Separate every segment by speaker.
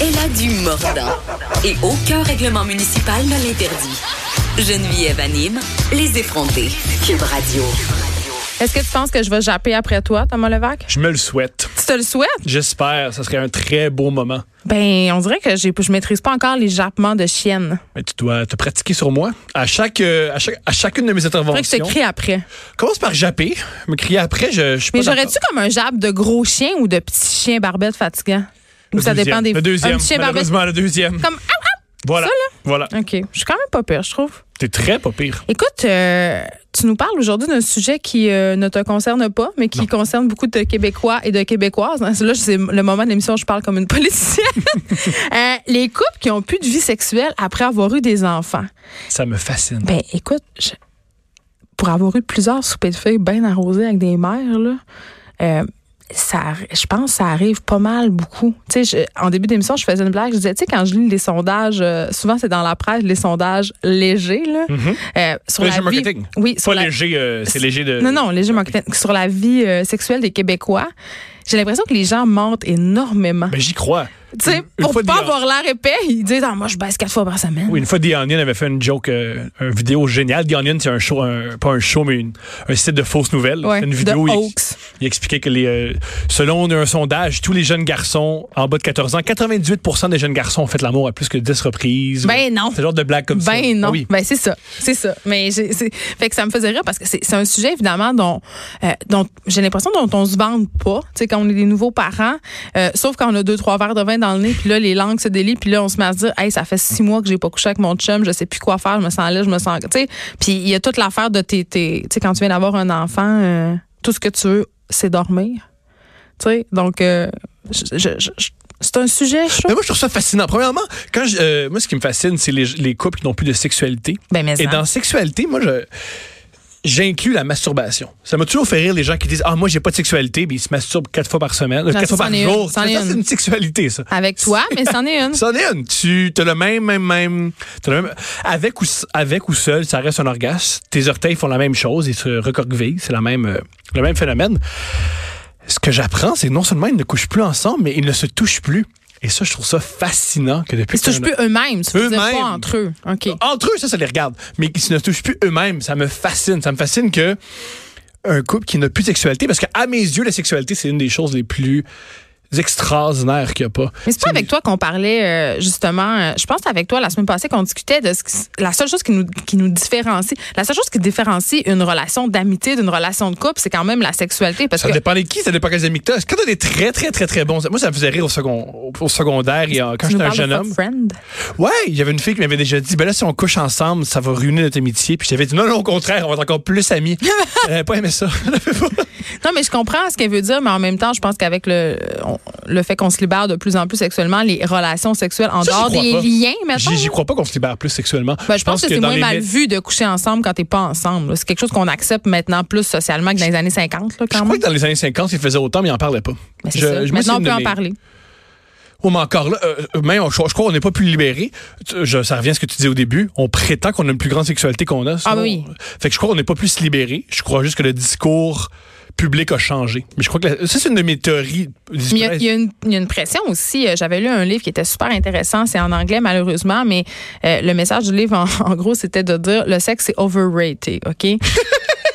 Speaker 1: a du mordant. Et aucun règlement municipal ne l'interdit. Geneviève anime les effrontés. Cube Radio.
Speaker 2: Est-ce que tu penses que je vais japper après toi, Thomas Levac?
Speaker 3: Je me le souhaite.
Speaker 2: Tu te le souhaites?
Speaker 3: J'espère. Ça serait un très beau moment.
Speaker 2: Ben, on dirait que j'ai- je maîtrise pas encore les jappements de chienne.
Speaker 3: Mais tu dois te pratiquer sur moi. À chaque, euh, à chaque- à chacune de mes
Speaker 2: Faudrait que je te
Speaker 3: interventions.
Speaker 2: crie après.
Speaker 3: Commence par japper. Me crier après, je, je suis pas.
Speaker 2: Mais j'aurais-tu
Speaker 3: d'accord.
Speaker 2: comme un jappe de gros chien ou de petit chien barbette fatigant? Ou
Speaker 3: Le
Speaker 2: ça
Speaker 3: deuxième.
Speaker 2: dépend des...
Speaker 3: Le deuxième.
Speaker 2: Un petit chien barbette...
Speaker 3: Malheureusement, le deuxième.
Speaker 2: Comme... Ah,
Speaker 3: Voilà. Voilà.
Speaker 2: ah! OK. Je suis quand même pas pire, je trouve.
Speaker 3: T'es très pas pire.
Speaker 2: Écoute, euh, tu nous parles aujourd'hui d'un sujet qui euh, ne te concerne pas, mais qui concerne beaucoup de Québécois et de Québécoises. Hein, C'est là c'est le moment de l'émission où je parle comme une politicienne. Euh, les couples qui ont plus de vie sexuelle après avoir eu des enfants.
Speaker 3: Ça me fascine.
Speaker 2: Ben, écoute, je- pour avoir eu plusieurs soupers de filles bien arrosés avec des mères, là, euh, ça, arri- je pense que ça arrive pas mal beaucoup. Tu sais, je- en début d'émission, je faisais une blague. Je disais, tu sais, quand je lis les sondages, euh, souvent c'est dans la presse, les sondages légers, là. euh, sur
Speaker 3: Mm-hmm.
Speaker 2: la
Speaker 3: Léger
Speaker 2: vie-
Speaker 3: marketing.
Speaker 2: Oui, sur
Speaker 3: Pas
Speaker 2: la-
Speaker 3: léger, euh, c'est léger de.
Speaker 2: Non, non, léger marketing. Sur la vie euh, sexuelle des Québécois, j'ai l'impression que les gens mentent énormément.
Speaker 3: Ben, j'y crois.
Speaker 2: tu sais,
Speaker 3: Une- une
Speaker 2: pour
Speaker 3: fois
Speaker 2: pas
Speaker 3: des-
Speaker 2: avoir l'air épais, ils disent, ah, moi, je baisse quatre fois par semaine.
Speaker 3: Oui, une fois, The Onion avait fait une joke, euh, une vidéo géniale. The Onion, c'est un show, un- pas un show, mais une- un site de fausses nouvelles.
Speaker 2: Ouais,
Speaker 3: C'est une
Speaker 2: de
Speaker 3: vidéo où il-
Speaker 2: hoax.
Speaker 3: Il expliquait que les, euh, selon un sondage, tous les jeunes garçons en bas de 14 ans, 98 des jeunes garçons ont fait l'amour à plus que 10 reprises.
Speaker 2: Ben non.
Speaker 3: C'est le genre de blague comme ça.
Speaker 2: Ben non.
Speaker 3: Ah oui.
Speaker 2: Ben c'est ça. C'est ça. Mais j'ai- c'est- fait que ça me faisait rire parce que c'est c'est un sujet évidemment dont, euh, dont j'ai l'impression dont on se vante pas, tu sais quand on est des nouveaux parents, euh, sauf quand on a deux trois verres de vin dans le nez puis là les langues se délient puis là on se met à se dire "Hey, ça fait six mois que j'ai pas couché avec mon chum, je sais plus quoi faire, je me sens là, je me sens tu sais puis il y a toute l'affaire de tes tes- tu sais quand tu viens d'avoir un enfant, euh, tout ce que tu veux c'est dormir. Tu sais donc euh, je- je- je- je- c'est un sujet chaud.
Speaker 3: Mais moi, je trouve ça fascinant. Premièrement, quand je- euh, moi, ce qui me fascine, c'est les, les couples qui n'ont plus de sexualité.
Speaker 2: Ben, mais
Speaker 3: Et
Speaker 2: ça.
Speaker 3: dans sexualité, moi, je. J'inclus la masturbation. Ça m'a toujours fait rire les gens qui disent Ah, moi, j'ai pas de sexualité, mais ils se masturbent quatre fois par semaine, euh,
Speaker 2: ça,
Speaker 3: quatre fois par
Speaker 2: c'en est une,
Speaker 3: jour.
Speaker 2: c'en
Speaker 3: Ça,
Speaker 2: est
Speaker 3: c'est
Speaker 2: une.
Speaker 3: une sexualité, ça.
Speaker 2: Avec toi, mais c'en est une.
Speaker 3: C'en est une. Tu as le même, même, même, t'as le même- Avec ou, s- avec ou seul, ça reste un orgasme. Tes orteils font la même chose, ils se recorquevillent. C'est la même, euh, le même phénomène. Ce que j'apprends, c'est que non seulement ils ne couchent plus ensemble, mais ils ne se touchent plus. Et ça, je trouve ça fascinant que depuis.
Speaker 2: Ils se touchent
Speaker 3: qu'on
Speaker 2: plus
Speaker 3: a-
Speaker 2: eux-mêmes. Tu veux dire
Speaker 3: Eux-mêmes. Ah,
Speaker 2: pas entre eux. OK.
Speaker 3: Entre eux, ça, ça les regarde. Mais qu'ils ne se touchent plus eux-mêmes, ça me fascine. Ça me fascine que un couple qui n'a plus de sexualité, parce qu'à mes yeux, la sexualité, c'est une des choses les plus extraordinaires qu'il n'y a pas.
Speaker 2: Mais c'est pas avec toi qu'on parlait euh, justement. euh, je pense que c'est avec toi la semaine passée qu'on discutait de ce qui- la seule chose qui nous, qui nous différencie, la seule chose qui différencie une relation d'amitié d'une relation de couple, c'est quand même la sexualité. Parce
Speaker 3: Ça
Speaker 2: que
Speaker 3: dépend de qui, ça dépend quels amis que t'as. Quand t'as des très, très, très, très bons... Moi, ça me faisait rire au, second- au secondaire et euh, quand
Speaker 2: tu nous
Speaker 3: j'étais
Speaker 2: parles
Speaker 3: un
Speaker 2: de
Speaker 3: jeune
Speaker 2: fuck
Speaker 3: homme.
Speaker 2: friend.
Speaker 3: Ouais, il y avait une fille qui m'avait déjà dit, ben là, si on couche ensemble, ça va ruiner notre amitié. Puis j'avais dit, non, non, au contraire, on va être encore plus amis. Elle avait pas aimé ça.
Speaker 2: Non, mais je comprends ce qu'elle veut dire, mais en même temps, je pense qu'avec le, on- le fait qu'on se libère de plus en plus sexuellement, les relations sexuelles en
Speaker 3: Ça, j'y
Speaker 2: dehors
Speaker 3: crois
Speaker 2: des
Speaker 3: pas.
Speaker 2: liens, maintenant.
Speaker 3: J'y j'y crois pas qu'on se libère plus sexuellement.
Speaker 2: Ben, je pense que, c'est
Speaker 3: dans
Speaker 2: moins
Speaker 3: les
Speaker 2: mal
Speaker 3: mythes-
Speaker 2: vu de coucher ensemble quand t'es pas ensemble. là. C'est quelque chose qu'on accepte maintenant plus socialement que dans les années 50, là,
Speaker 3: Je
Speaker 2: quand
Speaker 3: crois
Speaker 2: même.
Speaker 3: que dans les années 50, ils faisaient autant, mais ils en parlaient pas.
Speaker 2: Mais c'est
Speaker 3: Je-
Speaker 2: ça.
Speaker 3: je- moi,
Speaker 2: Maintenant,
Speaker 3: c'est
Speaker 2: on
Speaker 3: une
Speaker 2: peut
Speaker 3: de
Speaker 2: en
Speaker 3: mes-
Speaker 2: parler.
Speaker 3: Oh, mais encore là, euh, euh, même, je, je crois qu'on n'est pas plus libéré. Tu- je- ça revient à ce que tu disais au début. On prétend qu'on a une plus grande sexualité qu'on a. sinon-
Speaker 2: Ah oui.
Speaker 3: Fait que je crois qu'on n'est pas plus libéré. Je crois juste que le discours public a changé. Mais je crois que la- ça, c'est une de mes théories. du
Speaker 2: Mais Il y, a,
Speaker 3: stress.
Speaker 2: il y a une, il y a une pression aussi. Euh, J'avais lu un livre qui était super intéressant. C'est en anglais, malheureusement, mais euh, le message du livre, en, en gros, c'était de dire le sexe, c'est overrated, OK?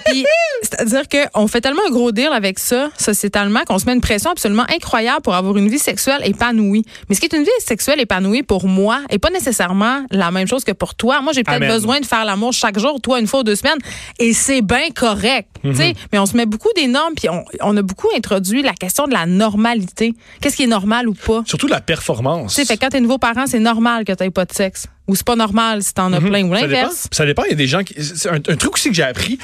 Speaker 2: Puis, C'est-à-dire qu'on fait tellement un gros deal avec ça, sociétalement, qu'on se met une pression absolument incroyable pour avoir une vie sexuelle épanouie. Mais ce qui est une vie sexuelle épanouie pour moi est pas nécessairement la même chose que pour toi. Moi, j'ai peut-être
Speaker 3: Amen.
Speaker 2: besoin de faire l'amour chaque jour, toi, une fois ou deux semaines, et c'est bien correct.
Speaker 3: Mhm.
Speaker 2: tu sais. Mais on se met beaucoup des normes, puis on, on a beaucoup introduit la question de la normalité. Qu'est-ce qui est normal ou pas?
Speaker 3: Surtout la performance.
Speaker 2: Tu sais, fait que quand t'es nouveau parent, c'est normal que t'aies pas de sexe. Ou c'est pas normal si t'en as plein, ou
Speaker 3: Mhm. ça dépend.
Speaker 2: l'inverse.
Speaker 3: Ça dépend. Il y a des gens qui. c'est Un, un truc aussi que j'ai appris.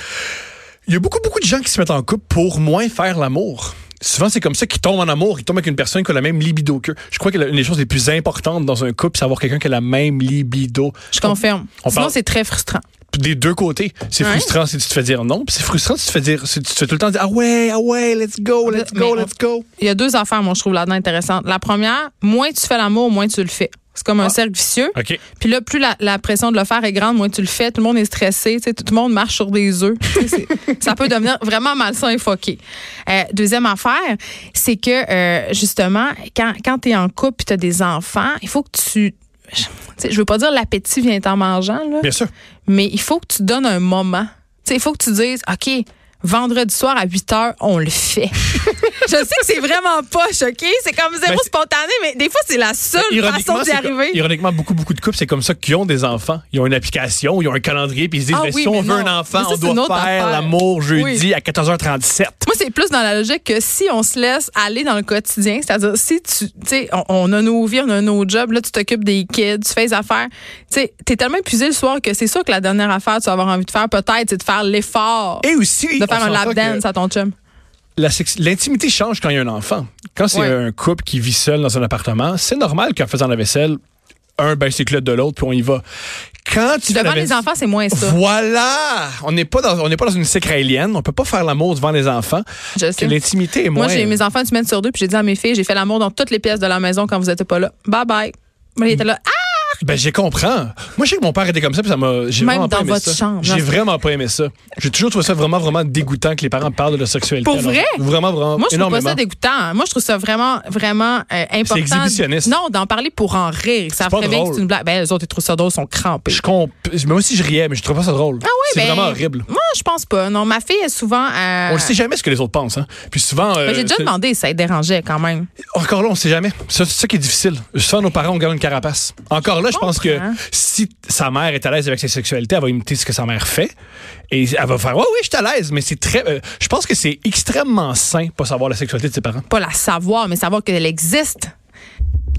Speaker 3: Il y a beaucoup, beaucoup de gens qui se mettent en couple pour moins faire l'amour. Souvent, c'est comme ça qu'ils tombent en amour. Ils tombent avec une personne qui a la même libido qu'eux. Je crois que l'une des choses les plus importantes dans un couple, c'est avoir quelqu'un qui a la même libido.
Speaker 2: Je confirme.
Speaker 3: On
Speaker 2: Sinon,
Speaker 3: parle-
Speaker 2: c'est très frustrant.
Speaker 3: des deux côtés. C'est
Speaker 2: Ouais.
Speaker 3: frustrant si tu te fais dire non, puis c'est frustrant si tu te fais dire si tu te fais tout le temps dire ah ouais, ah ouais, let's go, let's go,
Speaker 2: Mais-
Speaker 3: let's go.
Speaker 2: Il y a deux affaires, moi, je trouve là-dedans intéressantes. La première, moins tu fais l'amour, moins tu le fais. C'est comme un cercle vicieux.
Speaker 3: Ah. OK.
Speaker 2: Puis là, plus la, la pression de le faire est grande, moins tu le fais. Tout le monde est stressé. tu sais, Tout le monde marche sur des œufs. Tu sais, c'est- ça peut devenir vraiment malsain et foqué. deuxième affaire, c'est que, euh, justement, quand, quand tu es en couple et tu as des enfants, il faut que tu. Je, tu sais, je veux pas dire l'appétit vient en mangeant, là,
Speaker 3: Bien sûr.
Speaker 2: mais il faut que tu donnes un moment. Tu sais, il faut que tu dises, OK, vendredi soir à 8 h, on le fait. je sais que c'est vraiment pas choqué. C'est comme zéro
Speaker 3: Ben, c'est-
Speaker 2: spontané, mais des fois, c'est la seule façon d'y
Speaker 3: c'est
Speaker 2: arriver.
Speaker 3: que- ironiquement, beaucoup, beaucoup de couples, c'est comme ça qu'ils ont des enfants. Ils ont une application, ils ont un calendrier, puis ils se disent
Speaker 2: Ah
Speaker 3: ben,
Speaker 2: oui,
Speaker 3: si
Speaker 2: mais
Speaker 3: on veut
Speaker 2: non.
Speaker 3: un enfant,
Speaker 2: Mais ça,
Speaker 3: on
Speaker 2: c'est une
Speaker 3: doit
Speaker 2: autre
Speaker 3: faire
Speaker 2: affaire.
Speaker 3: l'amour jeudi
Speaker 2: Oui.
Speaker 3: à 14h37.
Speaker 2: Moi, c'est plus dans la logique que si on se laisse aller dans le quotidien, c'est-à-dire si tu, tu sais, on, on a nos vies, on a nos jobs, là, tu t'occupes des kids, tu fais des affaires. Tu sais, t'es tellement épuisé le soir que c'est sûr que la dernière affaire que tu vas avoir envie de faire, peut-être, c'est de faire l'effort
Speaker 3: Et aussi,
Speaker 2: de
Speaker 3: on
Speaker 2: faire un
Speaker 3: s'entend
Speaker 2: lap
Speaker 3: que-
Speaker 2: dance à ton chum.
Speaker 3: la sex- L'intimité change quand il y a un enfant. Quand c'est
Speaker 2: Ouais.
Speaker 3: un couple qui vit seul dans un appartement, c'est normal qu'en faisant la vaisselle, un baisse les clottes de l'autre, puis on y va. Quand tu fais la
Speaker 2: Devant les
Speaker 3: vaisselle-
Speaker 2: enfants, c'est moins ça.
Speaker 3: Voilà! On n'est pas, dans- on n'est pas dans une sécrélienne. On peut pas faire l'amour devant les enfants.
Speaker 2: Je sais.
Speaker 3: L'intimité est moins.
Speaker 2: Moi, j'ai mes enfants une semaine sur deux, puis j'ai dit à mes filles, j'ai fait l'amour dans toutes les pièces de la maison quand vous n'étiez pas là. Bye bye. Moi, il était là. Ah!
Speaker 3: Ben, j'ai comprends. Moi, je sais que mon père était comme ça, puis ça m'a. J'ai
Speaker 2: Même
Speaker 3: vraiment pas
Speaker 2: dans
Speaker 3: aimé
Speaker 2: votre
Speaker 3: ça.
Speaker 2: chambre,
Speaker 3: J'ai
Speaker 2: non, c'est-
Speaker 3: vraiment pas aimé ça. J'ai toujours trouvé ça vraiment, vraiment dégoûtant que les parents parlent de leur sexualité.
Speaker 2: Pour
Speaker 3: Alors,
Speaker 2: vrai?
Speaker 3: Vraiment, vraiment.
Speaker 2: Moi, je trouve pas
Speaker 3: énormément.
Speaker 2: ça dégoûtant. hein. Moi, je trouve ça vraiment, vraiment euh, important.
Speaker 3: exhibitionniste.
Speaker 2: Non, d'en parler pour en rire. Ça
Speaker 3: C'est pas
Speaker 2: ferait bien que
Speaker 3: drôle.
Speaker 2: c'est une blague. Ben, les autres, ils trouvent ça drôle, ils sont crampés.
Speaker 3: Je comp... mais Moi aussi, je riais, mais je trouvais pas ça drôle. Ah
Speaker 2: oui,
Speaker 3: C'est
Speaker 2: ben,
Speaker 3: vraiment horrible.
Speaker 2: Moi, je pense pas. Non, ma fille est souvent. euh,
Speaker 3: On ne sait jamais ce que les autres pensent. Hein. Puis souvent. euh,
Speaker 2: ben, j'ai déjà
Speaker 3: c'est-
Speaker 2: demandé si ça les dérangeait quand même.
Speaker 3: Encore là, on ne sait jamais. Ça, C'est ça qui est difficile. Souvent, nos parents, on garde une carapace. Encore là, je pense que
Speaker 2: comprends.
Speaker 3: si sa mère est à l'aise avec sa sexualité, elle va imiter ce que sa mère fait. Et elle va faire Ouais, oui, je suis à l'aise. Mais c'est très. euh, je pense que c'est extrêmement sain pas savoir la sexualité de ses parents.
Speaker 2: Pas la savoir, mais savoir qu'elle existe.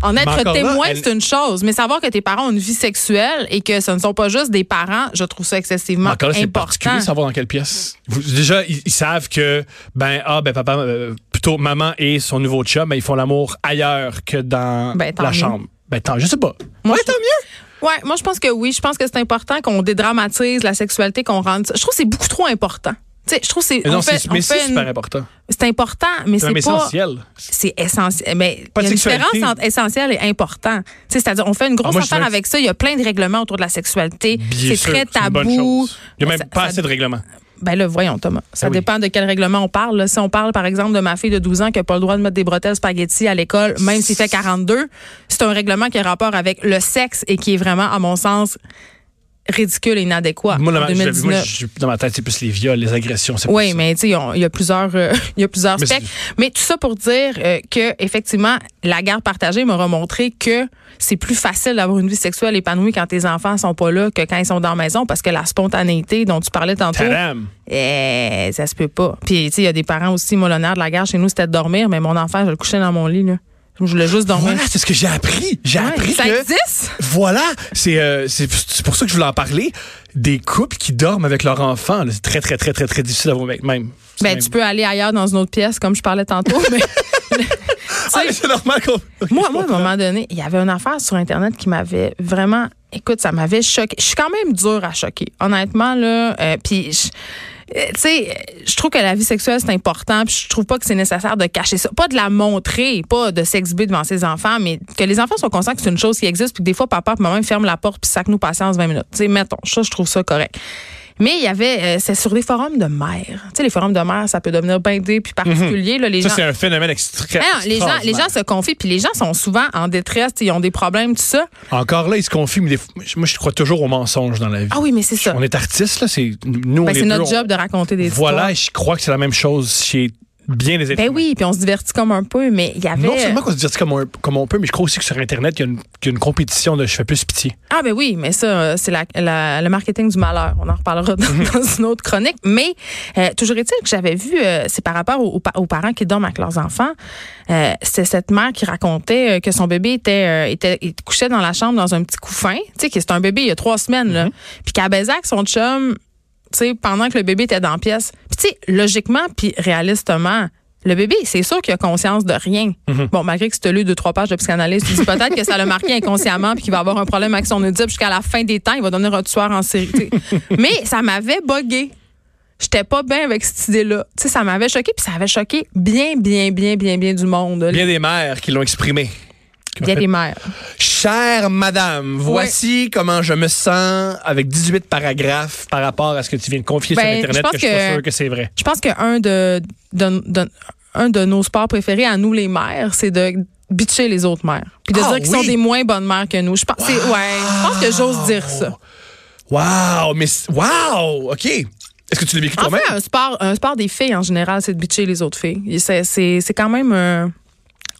Speaker 2: En être
Speaker 3: encore là,
Speaker 2: témoin,
Speaker 3: elle-
Speaker 2: c'est une chose, mais savoir que tes parents ont une vie sexuelle et que ce ne sont pas juste des parents, je trouve ça excessivement
Speaker 3: Encore là, c'est
Speaker 2: important.
Speaker 3: particulier de savoir dans quelle pièce. Vous- déjà, ils, ils savent que, ben, ah, ben, papa, euh, plutôt maman et son nouveau chum, ben, ils font l'amour ailleurs que dans
Speaker 2: Ben, tant
Speaker 3: la
Speaker 2: mieux.
Speaker 3: chambre. Ben, tant, je sais pas.
Speaker 2: Moi,
Speaker 3: Ouais,
Speaker 2: je-
Speaker 3: tant mieux.
Speaker 2: Ouais, moi je pense que oui, je pense que c'est important qu'on dédramatise la sexualité, qu'on rende. ça- Je trouve que c'est beaucoup trop important. Tu sais, je trouve que c'est
Speaker 3: Mais
Speaker 2: on
Speaker 3: non,
Speaker 2: fait-
Speaker 3: c'est
Speaker 2: on
Speaker 3: mais c'est
Speaker 2: fait une-
Speaker 3: super important.
Speaker 2: c'est important, mais
Speaker 3: C'est
Speaker 2: c'est
Speaker 3: même
Speaker 2: pas
Speaker 3: essentiel.
Speaker 2: c'est essentiel. Mais
Speaker 3: Pas
Speaker 2: il y a
Speaker 3: de
Speaker 2: une
Speaker 3: sexualité.
Speaker 2: différence entre essentiel et important. Tu sais, C'est-à-dire, on fait une grosse
Speaker 3: Ah, moi, je
Speaker 2: affaire
Speaker 3: dirais
Speaker 2: avec ça. Il y a plein de règlements autour de la sexualité.
Speaker 3: Bien
Speaker 2: C'est
Speaker 3: sûr,
Speaker 2: très
Speaker 3: une
Speaker 2: tabou.
Speaker 3: bonne chose. Il n'y a
Speaker 2: Ça-
Speaker 3: même pas
Speaker 2: ça-
Speaker 3: assez de règlements.
Speaker 2: Ben là, voyons, Thomas. Ça
Speaker 3: Ah oui.
Speaker 2: dépend de quel règlement on parle. là. Si on parle, par exemple, de ma fille de 12 ans qui n'a pas le droit de mettre des bretelles spaghetti à l'école, même s'il fait 42, c'est un règlement qui a rapport avec le sexe et qui est vraiment, à mon sens, ridicule et inadéquat
Speaker 3: Moi, dans
Speaker 2: Ah, en
Speaker 3: ma, je- moi,
Speaker 2: 2019.
Speaker 3: je- dans ma tête, c'est plus les viols, les agressions. c'est
Speaker 2: Oui,
Speaker 3: plus ça.
Speaker 2: mais tu sais, on- il y a plusieurs, euh, il y a plusieurs
Speaker 3: Mais
Speaker 2: spectres. Mais tout ça pour dire euh, que effectivement, la garde partagée m'a remontré que c'est plus facile d'avoir une vie sexuelle épanouie quand tes enfants sont pas là que quand ils sont dans la maison, parce que la spontanéité dont tu parlais tantôt,
Speaker 3: Tadam!
Speaker 2: eh, ça se peut pas. Puis tu sais, il y a des parents aussi, moi l'honneur de la garde chez nous, c'était de dormir, mais mon enfant, je le couchais dans mon lit là. Je voulais juste dormir.
Speaker 3: Voilà, c'est ce que j'ai appris. J'ai
Speaker 2: Ouais,
Speaker 3: appris
Speaker 2: ça
Speaker 3: que...
Speaker 2: existe.
Speaker 3: Voilà, c'est euh, c'est- c'est pour ça que je voulais en parler. Des couples qui dorment avec leur enfant, là, c'est très, très, très, très, très difficile à vous mettre même. C'est
Speaker 2: Ben
Speaker 3: même-
Speaker 2: tu peux aller ailleurs dans une autre pièce, comme je parlais tantôt, mais.
Speaker 3: Ah, mais c'est normal qu'on...
Speaker 2: Moi, moi, à un moment donné, il y avait une affaire sur Internet qui m'avait vraiment. Écoute, ça m'avait choqué. Je suis quand même dure à choquer. Honnêtement, là. euh, puis, je- euh, tu sais, euh, je trouve que la vie sexuelle, c'est important. Puis, je trouve pas que c'est nécessaire de cacher ça. Pas de la montrer, pas de s'exhiber devant ses enfants, mais que les enfants soient conscients que c'est une chose qui existe. Puis, que des fois, papa et maman ils ferment la porte puis sac nous patience 20 minutes. Tu sais, mettons. Ça, je trouve ça correct. Mais il y avait. euh, c'est sur des forums de mères. Tu sais, les forums de mères, ça peut devenir bindé puis particulier. là, les
Speaker 3: Mhm. Ça,
Speaker 2: gens-
Speaker 3: c'est un phénomène extra...
Speaker 2: ah non, les gens, les gens se confient, puis les gens sont souvent en détresse, ils ont des problèmes, tout ça.
Speaker 3: Encore là, ils se confient, mais des fois- moi, je crois toujours aux mensonges dans la vie.
Speaker 2: Ah oui, mais c'est ça.
Speaker 3: On est artistes, là, c'est... Nous, on
Speaker 2: Ben,
Speaker 3: est
Speaker 2: c'est
Speaker 3: deux,
Speaker 2: notre
Speaker 3: on-
Speaker 2: job de raconter des histoires.
Speaker 3: Voilà, et je crois que c'est la même chose chez bien les êtres
Speaker 2: Ben
Speaker 3: humains.
Speaker 2: oui, puis on se divertit comme un peu, mais il y avait.
Speaker 3: Non seulement qu'on se divertit comme on, comme on peut, mais je crois aussi que sur Internet, il y a une, qu'il y a une compétition de je fais plus pitié.
Speaker 2: Ah ben oui, mais ça, euh, c'est la- la- le marketing du malheur. On en reparlera dans,
Speaker 3: Mhm.
Speaker 2: dans une autre chronique. Mais euh, toujours est-il que j'avais vu, euh, c'est par rapport aux, aux pa- aux parents qui dorment avec leurs enfants. Euh, c'est cette mère qui racontait euh, que son bébé était, euh, était il couchait dans la chambre dans un petit couffin. Tu sais, que c'est un bébé il y a trois semaines.
Speaker 3: Mhm.
Speaker 2: là. Puis qu'à baisait avec son chum, tu sais, pendant que le bébé était dans la pièce. Puis tu sais, logiquement puis réalistement, le bébé, c'est sûr qu'il a conscience de rien. Bon, malgré que tu te lu deux, trois pages de psychanalyse, tu dis peut-être que ça l'a marqué inconsciemment puis qu'il va avoir un problème avec son audible jusqu'à la fin des temps. Il va devenir un tueur en série. tu sais. Mais ça m'avait buggé. J'étais pas bien avec cette idée-là. Tu sais, ça m'avait choqué puis ça avait choqué bien, bien, bien, bien, bien du monde.
Speaker 3: Bien des mères qui l'ont exprimé.
Speaker 2: Il y a des mères.
Speaker 3: Chère madame, voici comment je me sens avec 18 paragraphes par rapport à ce que tu viens de confier
Speaker 2: Ben,
Speaker 3: sur
Speaker 2: je
Speaker 3: Internet,
Speaker 2: pense
Speaker 3: que je suis pas
Speaker 2: que-
Speaker 3: sûr que c'est vrai.
Speaker 2: Je pense qu'un de, de- de- un de nos sports préférés à nous, les mères, c'est de bitcher les autres mères. Puis de
Speaker 3: Ah
Speaker 2: dire qu'ils
Speaker 3: oui?
Speaker 2: sont des moins bonnes mères que nous. Je pense, c'est- ouais, je pense que j'ose dire ça.
Speaker 3: Wow, mais c- wow, OK. Est-ce que tu l'as vécu
Speaker 2: En
Speaker 3: toi-même?
Speaker 2: fait, un sport, un sport des filles en général, c'est de bitcher les autres filles. Et C'est, c'est- c'est quand même. euh,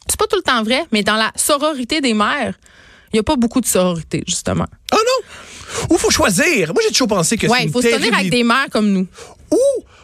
Speaker 2: c'est pas tout le temps vrai, mais dans la sororité des mères, il n'y a pas beaucoup de sororité, justement.
Speaker 3: Oh non! Ou faut choisir. Moi, j'ai toujours pensé que
Speaker 2: Ouais,
Speaker 3: c'est
Speaker 2: il
Speaker 3: une
Speaker 2: faut se tenir
Speaker 3: terrible
Speaker 2: avec des mères comme nous.
Speaker 3: idée. Ou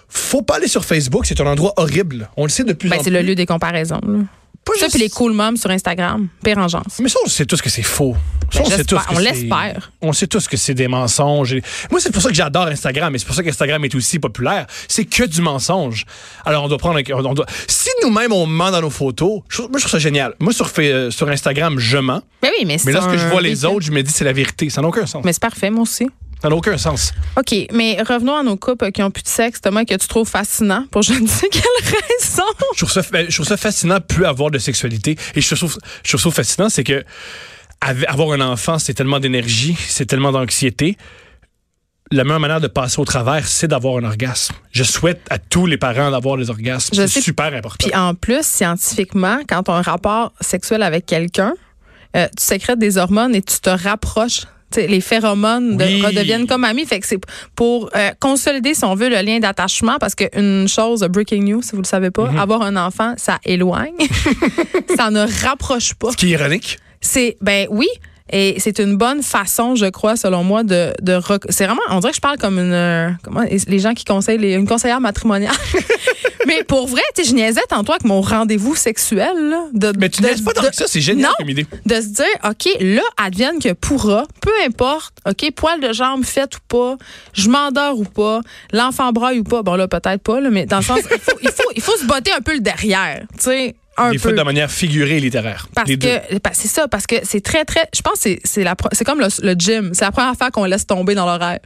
Speaker 3: faut pas aller sur Facebook, c'est un endroit horrible. On le sait depuis
Speaker 2: Ben, c'est le lieu des comparaisons. là.
Speaker 3: Pas
Speaker 2: Ça,
Speaker 3: juste-
Speaker 2: puis les cool moms sur Instagram, pérangeance.
Speaker 3: Mais ça, on sait tous que c'est faux. Ça,
Speaker 2: Ben,
Speaker 3: on sait tous
Speaker 2: j'espère-
Speaker 3: que
Speaker 2: on
Speaker 3: c'est-
Speaker 2: l'espère.
Speaker 3: On sait tous que c'est des mensonges. Et- Moi, c'est pour ça que j'adore Instagram, et c'est pour ça qu'Instagram est aussi populaire. C'est que du mensonge. Alors, on doit prendre. un- on doit- Si nous-mêmes, on ment dans nos photos, je trouve- moi, je trouve ça génial. Moi, sur, Fa- euh, sur Instagram, je mens.
Speaker 2: Ben oui, mais c'est
Speaker 3: Mais lorsque
Speaker 2: un
Speaker 3: je vois les
Speaker 2: véhicule.
Speaker 3: autres, je me dis c'est la vérité. Ça n'a aucun sens.
Speaker 2: Mais c'est parfait, moi aussi.
Speaker 3: Ça n'a aucun sens.
Speaker 2: OK, mais revenons à nos couples qui ont plus de sexe, Thomas, que tu trouves fascinant pour je ne sais quelle raison.
Speaker 3: je trouve ça, ben, je trouve ça fascinant plus avoir de sexualité. Et je trouve, je trouve ça fascinant, c'est que ave- avoir un enfant, c'est tellement d'énergie, c'est tellement d'anxiété. La meilleure manière de passer au travers, c'est d'avoir un orgasme. Je souhaite à tous les parents d'avoir des orgasmes.
Speaker 2: Je
Speaker 3: C'est
Speaker 2: sais-
Speaker 3: super important.
Speaker 2: Puis en plus, scientifiquement, quand tu as un rapport sexuel avec quelqu'un, euh, tu sécrètes des hormones et tu te rapproches. Tu sais, les phéromones de-
Speaker 3: Oui.
Speaker 2: redeviennent comme amis. Fait que c'est pour euh, consolider, si on veut, le lien d'attachement. Parce qu'une chose, breaking news, si vous le savez pas, avoir un enfant, ça éloigne. ça ne rapproche pas.
Speaker 3: Ce qui est ironique.
Speaker 2: C'est ben oui. Et c'est une bonne façon, je crois, selon moi, de, de rec- c'est vraiment, on dirait que je parle comme une, euh, comment, les gens qui conseillent les- une conseillère matrimoniale. Mais pour vrai, tu sais, je niaisais tantôt avec mon rendez-vous sexuel, là, de,
Speaker 3: Mais tu
Speaker 2: de-
Speaker 3: ne pas tant
Speaker 2: de-
Speaker 3: que ça, c'est génial
Speaker 2: Non.
Speaker 3: comme idée.
Speaker 2: de se dire, OK, là, advienne que pourra, peu importe, OK, poil de jambe fait ou pas, je m'endors ou pas, l'enfant braille ou pas, bon là, peut-être pas, là, mais dans le sens, il faut, il faut, il faut se botter un peu le derrière, tu sais, un
Speaker 3: Des
Speaker 2: peu.
Speaker 3: fois, de manière figurée et littéraire.
Speaker 2: Parce
Speaker 3: les deux.
Speaker 2: que parce- c'est ça, parce que c'est très très. Je pense que c'est- c'est la pro- c'est comme le, le gym, c'est la première affaire qu'on laisse tomber dans l'horaire.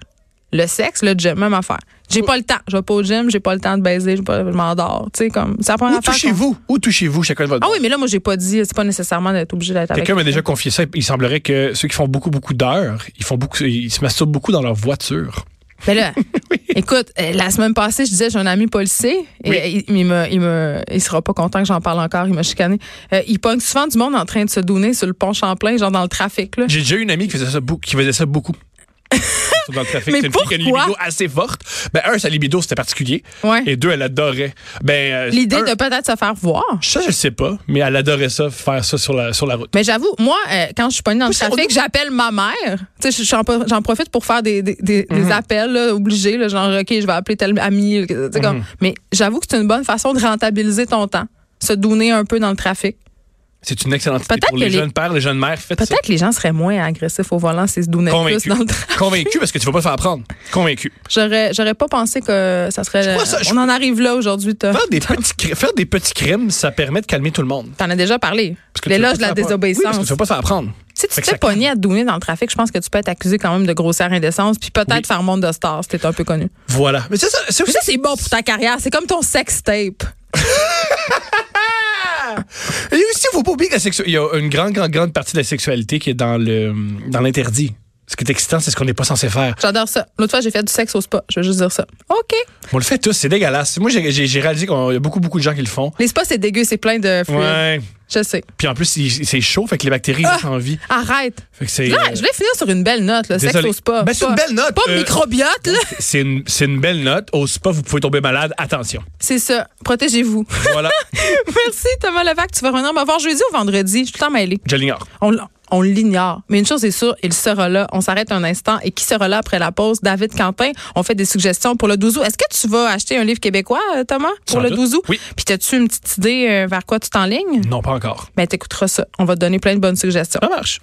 Speaker 2: Le sexe, le gym, même affaire. J'ai pas le temps, je vais pas au gym, j'ai pas le temps de baiser, j'ai pas- je m'endors, tu sais comme c'est la première
Speaker 3: Ou
Speaker 2: affaire. qu'on-
Speaker 3: touchez-vous. Ou touchez-vous, chacun de votre
Speaker 2: Ah oui, mais là moi j'ai pas dit, c'est pas nécessairement d'être obligé d'être avec.
Speaker 3: Quelqu'un m'a déjà confié ça. Il semblerait que ceux qui font beaucoup, beaucoup d'heures, ils, font beaucoup, ils se masturbent beaucoup dans leur voiture.
Speaker 2: Mais là, écoute, euh, la semaine passée, je disais, j'ai un ami policier. Et
Speaker 3: Oui.
Speaker 2: euh, il, il me, il, me, il sera pas content que j'en parle encore. Il m'a chicané. Euh, il pogne souvent du monde en train de se donner sur le pont Champlain, genre dans le trafic. Là.
Speaker 3: J'ai déjà eu une amie qui faisait ça, bou- qui faisait ça beaucoup. Surtout dans le trafic.
Speaker 2: Mais
Speaker 3: C'est une fille qui a une
Speaker 2: pourquoi?
Speaker 3: libido assez forte. Ben, un, sa libido, c'était particulier.
Speaker 2: Ouais.
Speaker 3: Et deux, elle adorait. Ben, euh,
Speaker 2: L'idée
Speaker 3: un-
Speaker 2: de peut-être se faire voir.
Speaker 3: Ça, je le sais pas, mais elle adorait ça, faire ça sur la, sur la route.
Speaker 2: Mais j'avoue, moi, euh, quand je suis pognée dans le
Speaker 3: Parce qu'on
Speaker 2: trafic, j'appelle ma mère. Tu sais, j'en, pro- j'en profite pour faire des, des, des-
Speaker 3: Mhm.
Speaker 2: des appels là, obligés, là, genre, OK, je vais appeler tel ami. tu sais,
Speaker 3: Mhm.
Speaker 2: comme. Mais j'avoue que c'est une bonne façon de rentabiliser ton temps, se donner un peu dans le trafic.
Speaker 3: C'est une excellente idée
Speaker 2: Peut-être
Speaker 3: pour les,
Speaker 2: que les-
Speaker 3: jeunes pères, les jeunes mères. Faites ça.
Speaker 2: Peut-être que les gens seraient moins agressifs au volant s'ils se donnaient
Speaker 3: Convaincu.
Speaker 2: plus dans le trafic.
Speaker 3: Convaincu parce que tu vas pas te faire prendre. Convaincu.
Speaker 2: J'aurais, j'aurais pas pensé que ça serait.
Speaker 3: Je crois ça- je-
Speaker 2: on en arrive là aujourd'hui. T'as-
Speaker 3: Faire des, petits, cri- faire des petits crimes, ça permet de calmer tout le monde.
Speaker 2: T'en as déjà parlé.
Speaker 3: Parce que tu vas
Speaker 2: L'éloge
Speaker 3: pas
Speaker 2: de
Speaker 3: te
Speaker 2: la
Speaker 3: faire prendre. Oui, parce
Speaker 2: désobéissance.
Speaker 3: que tu vas pas te faire prendre.
Speaker 2: si tu te
Speaker 3: Fait que ça
Speaker 2: fais pogner à te donner dans le trafic, je pense que tu peux être accusé quand même de grossière indécence, puis peut-être faire monde de stars si t'es un peu connu.
Speaker 3: Voilà. Mais c'est ça, c'est
Speaker 2: Mais
Speaker 3: aussi
Speaker 2: ça, c'est bon pour ta carrière. C'est comme ton sex tape.
Speaker 3: Et aussi, il faut pas oublier que la sexu- il y a une grande, grande, grande partie de la sexualité qui est dans le dans l'interdit. Ce qui est excitant, c'est ce qu'on n'est pas censé faire.
Speaker 2: J'adore ça. L'autre fois, j'ai fait du sexe au spa. Je veux juste dire ça. OK.
Speaker 3: On le fait tous, c'est dégueulasse. Moi, j'ai- j'ai j'ai réalisé qu'il y a beaucoup, beaucoup de gens qui le font.
Speaker 2: Les spas, c'est dégueu. C'est plein de fluides.
Speaker 3: Ouais.
Speaker 2: Je sais.
Speaker 3: Puis en plus, il- c'est chaud, fait que les bactéries
Speaker 2: Ah!
Speaker 3: restent en vie.
Speaker 2: Arrête.
Speaker 3: Fait que c'est
Speaker 2: Là,
Speaker 3: euh,
Speaker 2: je vais finir sur une belle note, le sexe
Speaker 3: désolé.
Speaker 2: au spa.
Speaker 3: Ben, c'est
Speaker 2: Pas-
Speaker 3: une belle note,
Speaker 2: Pas
Speaker 3: euh,
Speaker 2: microbiote, là.
Speaker 3: c'est une, c'est une belle note. Au spa, vous pouvez tomber malade. Attention.
Speaker 2: C'est ça. Protégez-vous.
Speaker 3: Voilà,
Speaker 2: Merci, Thomas Levac. Tu vas revenir me voir jeudi ou vendredi. Je suis tout le temps mêlée.
Speaker 3: je l'ignore.
Speaker 2: On, l- on l'ignore. Mais une chose est sûre, il sera là. On s'arrête un instant. Et qui sera là après la pause? David Quentin. On fait des suggestions pour le 12 août. Est-ce que tu vas acheter un livre québécois, euh, Thomas, pour
Speaker 3: Sans
Speaker 2: le
Speaker 3: doute.
Speaker 2: 12 août?
Speaker 3: Oui.
Speaker 2: Puis, as-tu une petite idée euh, vers quoi tu t'enlignes?
Speaker 3: Non, pas encore.
Speaker 2: Ben, t'écouteras ça. On va te donner plein de bonnes suggestions.
Speaker 3: Ça marche.